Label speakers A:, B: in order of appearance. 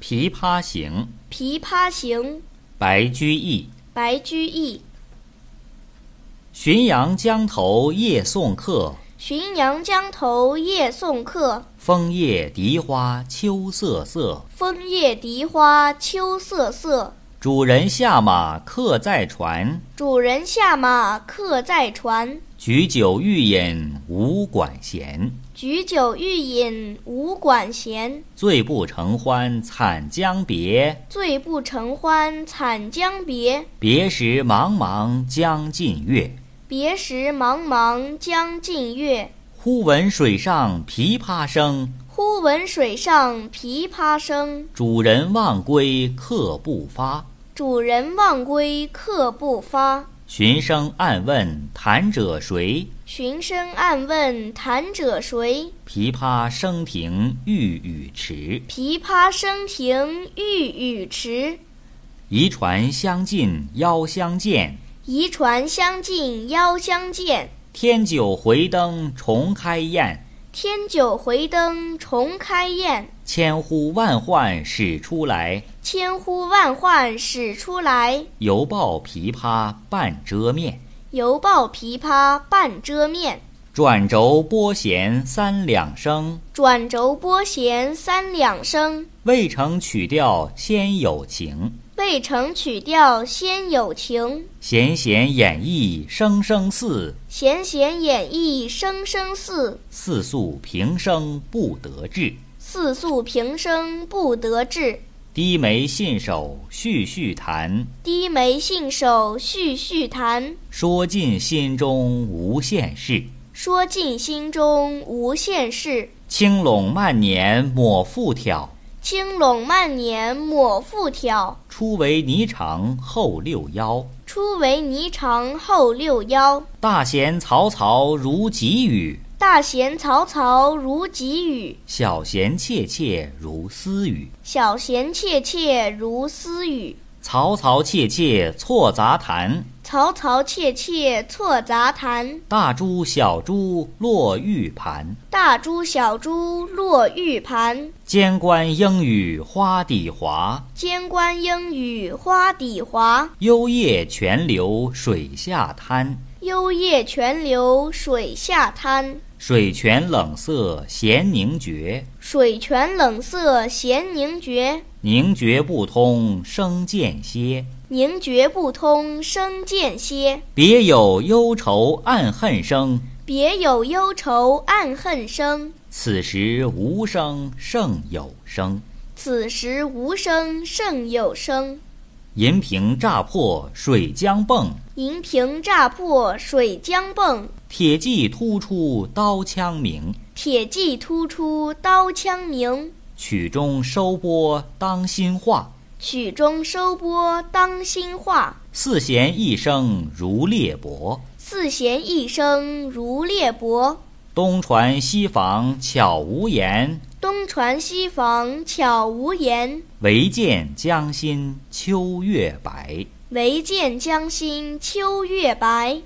A: 琵琶行》
B: 《琵琶行》
A: 白居易。
B: 白居易。
A: 浔阳江头夜送客，
B: 浔阳江头夜送客，
A: 枫叶荻花秋瑟瑟。
B: 枫叶荻花秋瑟瑟。
A: 主人下马客在船，
B: 主人下马客在船，
A: 举酒欲饮无管弦。
B: 举酒欲饮无管弦。
A: 醉不成欢惨将别，
B: 醉不成欢惨将别，
A: 别时茫茫江浸月。
B: 别时茫茫江浸月。
A: 忽闻水上琵琶声，
B: 忽闻水上琵琶声，
A: 主人忘归客不发。
B: 主人忘归客不发。
A: 寻声暗问弹者谁？
B: 寻声暗问弹者谁？
A: 琵琶声停欲语迟，
B: 琵琶声停欲语迟。
A: 移船相近邀相见。
B: 移船相近邀相见，
A: 添酒回灯重开宴，
B: 添酒回灯重开宴。
A: 千呼万唤始出来。
B: 千呼万唤始出来，
A: 犹抱琵琶半遮面，
B: 犹抱琵琶半遮面。
A: 转轴拨弦三两声。
B: 转轴拨弦三两声，
A: 未成曲调先有情，
B: 未成曲调先有情。
A: 弦弦掩抑声声似，
B: 弦弦掩抑声声似，
A: 似诉平生不得志。
B: 似诉平生不得志。
A: 低眉信手续续弹，
B: 低眉信手续续弹，
A: 说尽心中无限事。
B: 说尽心中无限事。
A: 轻拢慢捻抹复挑，
B: 轻拢慢捻抹复挑，
A: 初为霓裳后六幺。
B: 初为霓裳后六幺。
A: 大弦嘈嘈如急雨，
B: 大弦嘈嘈如急雨，
A: 小弦切切如私语。
B: 小弦切切如私语。
A: 嘈嘈切切错杂弹，
B: 嘈嘈切切错杂弹，
A: 大珠小珠落玉盘。
B: 大珠小珠落玉盘。
A: 间关莺语花底滑，
B: 间关莺语花底滑，
A: 幽夜泉流水下滩。
B: 幽夜泉流水下滩。
A: 水泉冷色弦凝绝，
B: 水泉冷色弦凝绝，
A: 凝绝不通声渐歇。
B: 凝绝不通声渐歇。
A: 别有忧愁暗恨生，
B: 别有忧愁暗恨生，
A: 此时无声胜有声。
B: 此时无声胜有声。
A: 银瓶乍破水浆迸，
B: 银瓶乍破水浆迸，
A: 铁骑突出刀枪鸣。
B: 铁骑突出刀枪鸣。
A: 曲中收拨当心画，
B: 曲中收拨当心画，
A: 四弦一声如裂帛。
B: 四弦一声如裂帛。
A: 东船西舫悄无言，
B: 东船西舫悄无言，
A: 唯见江心秋月白。
B: 唯见江心秋月白。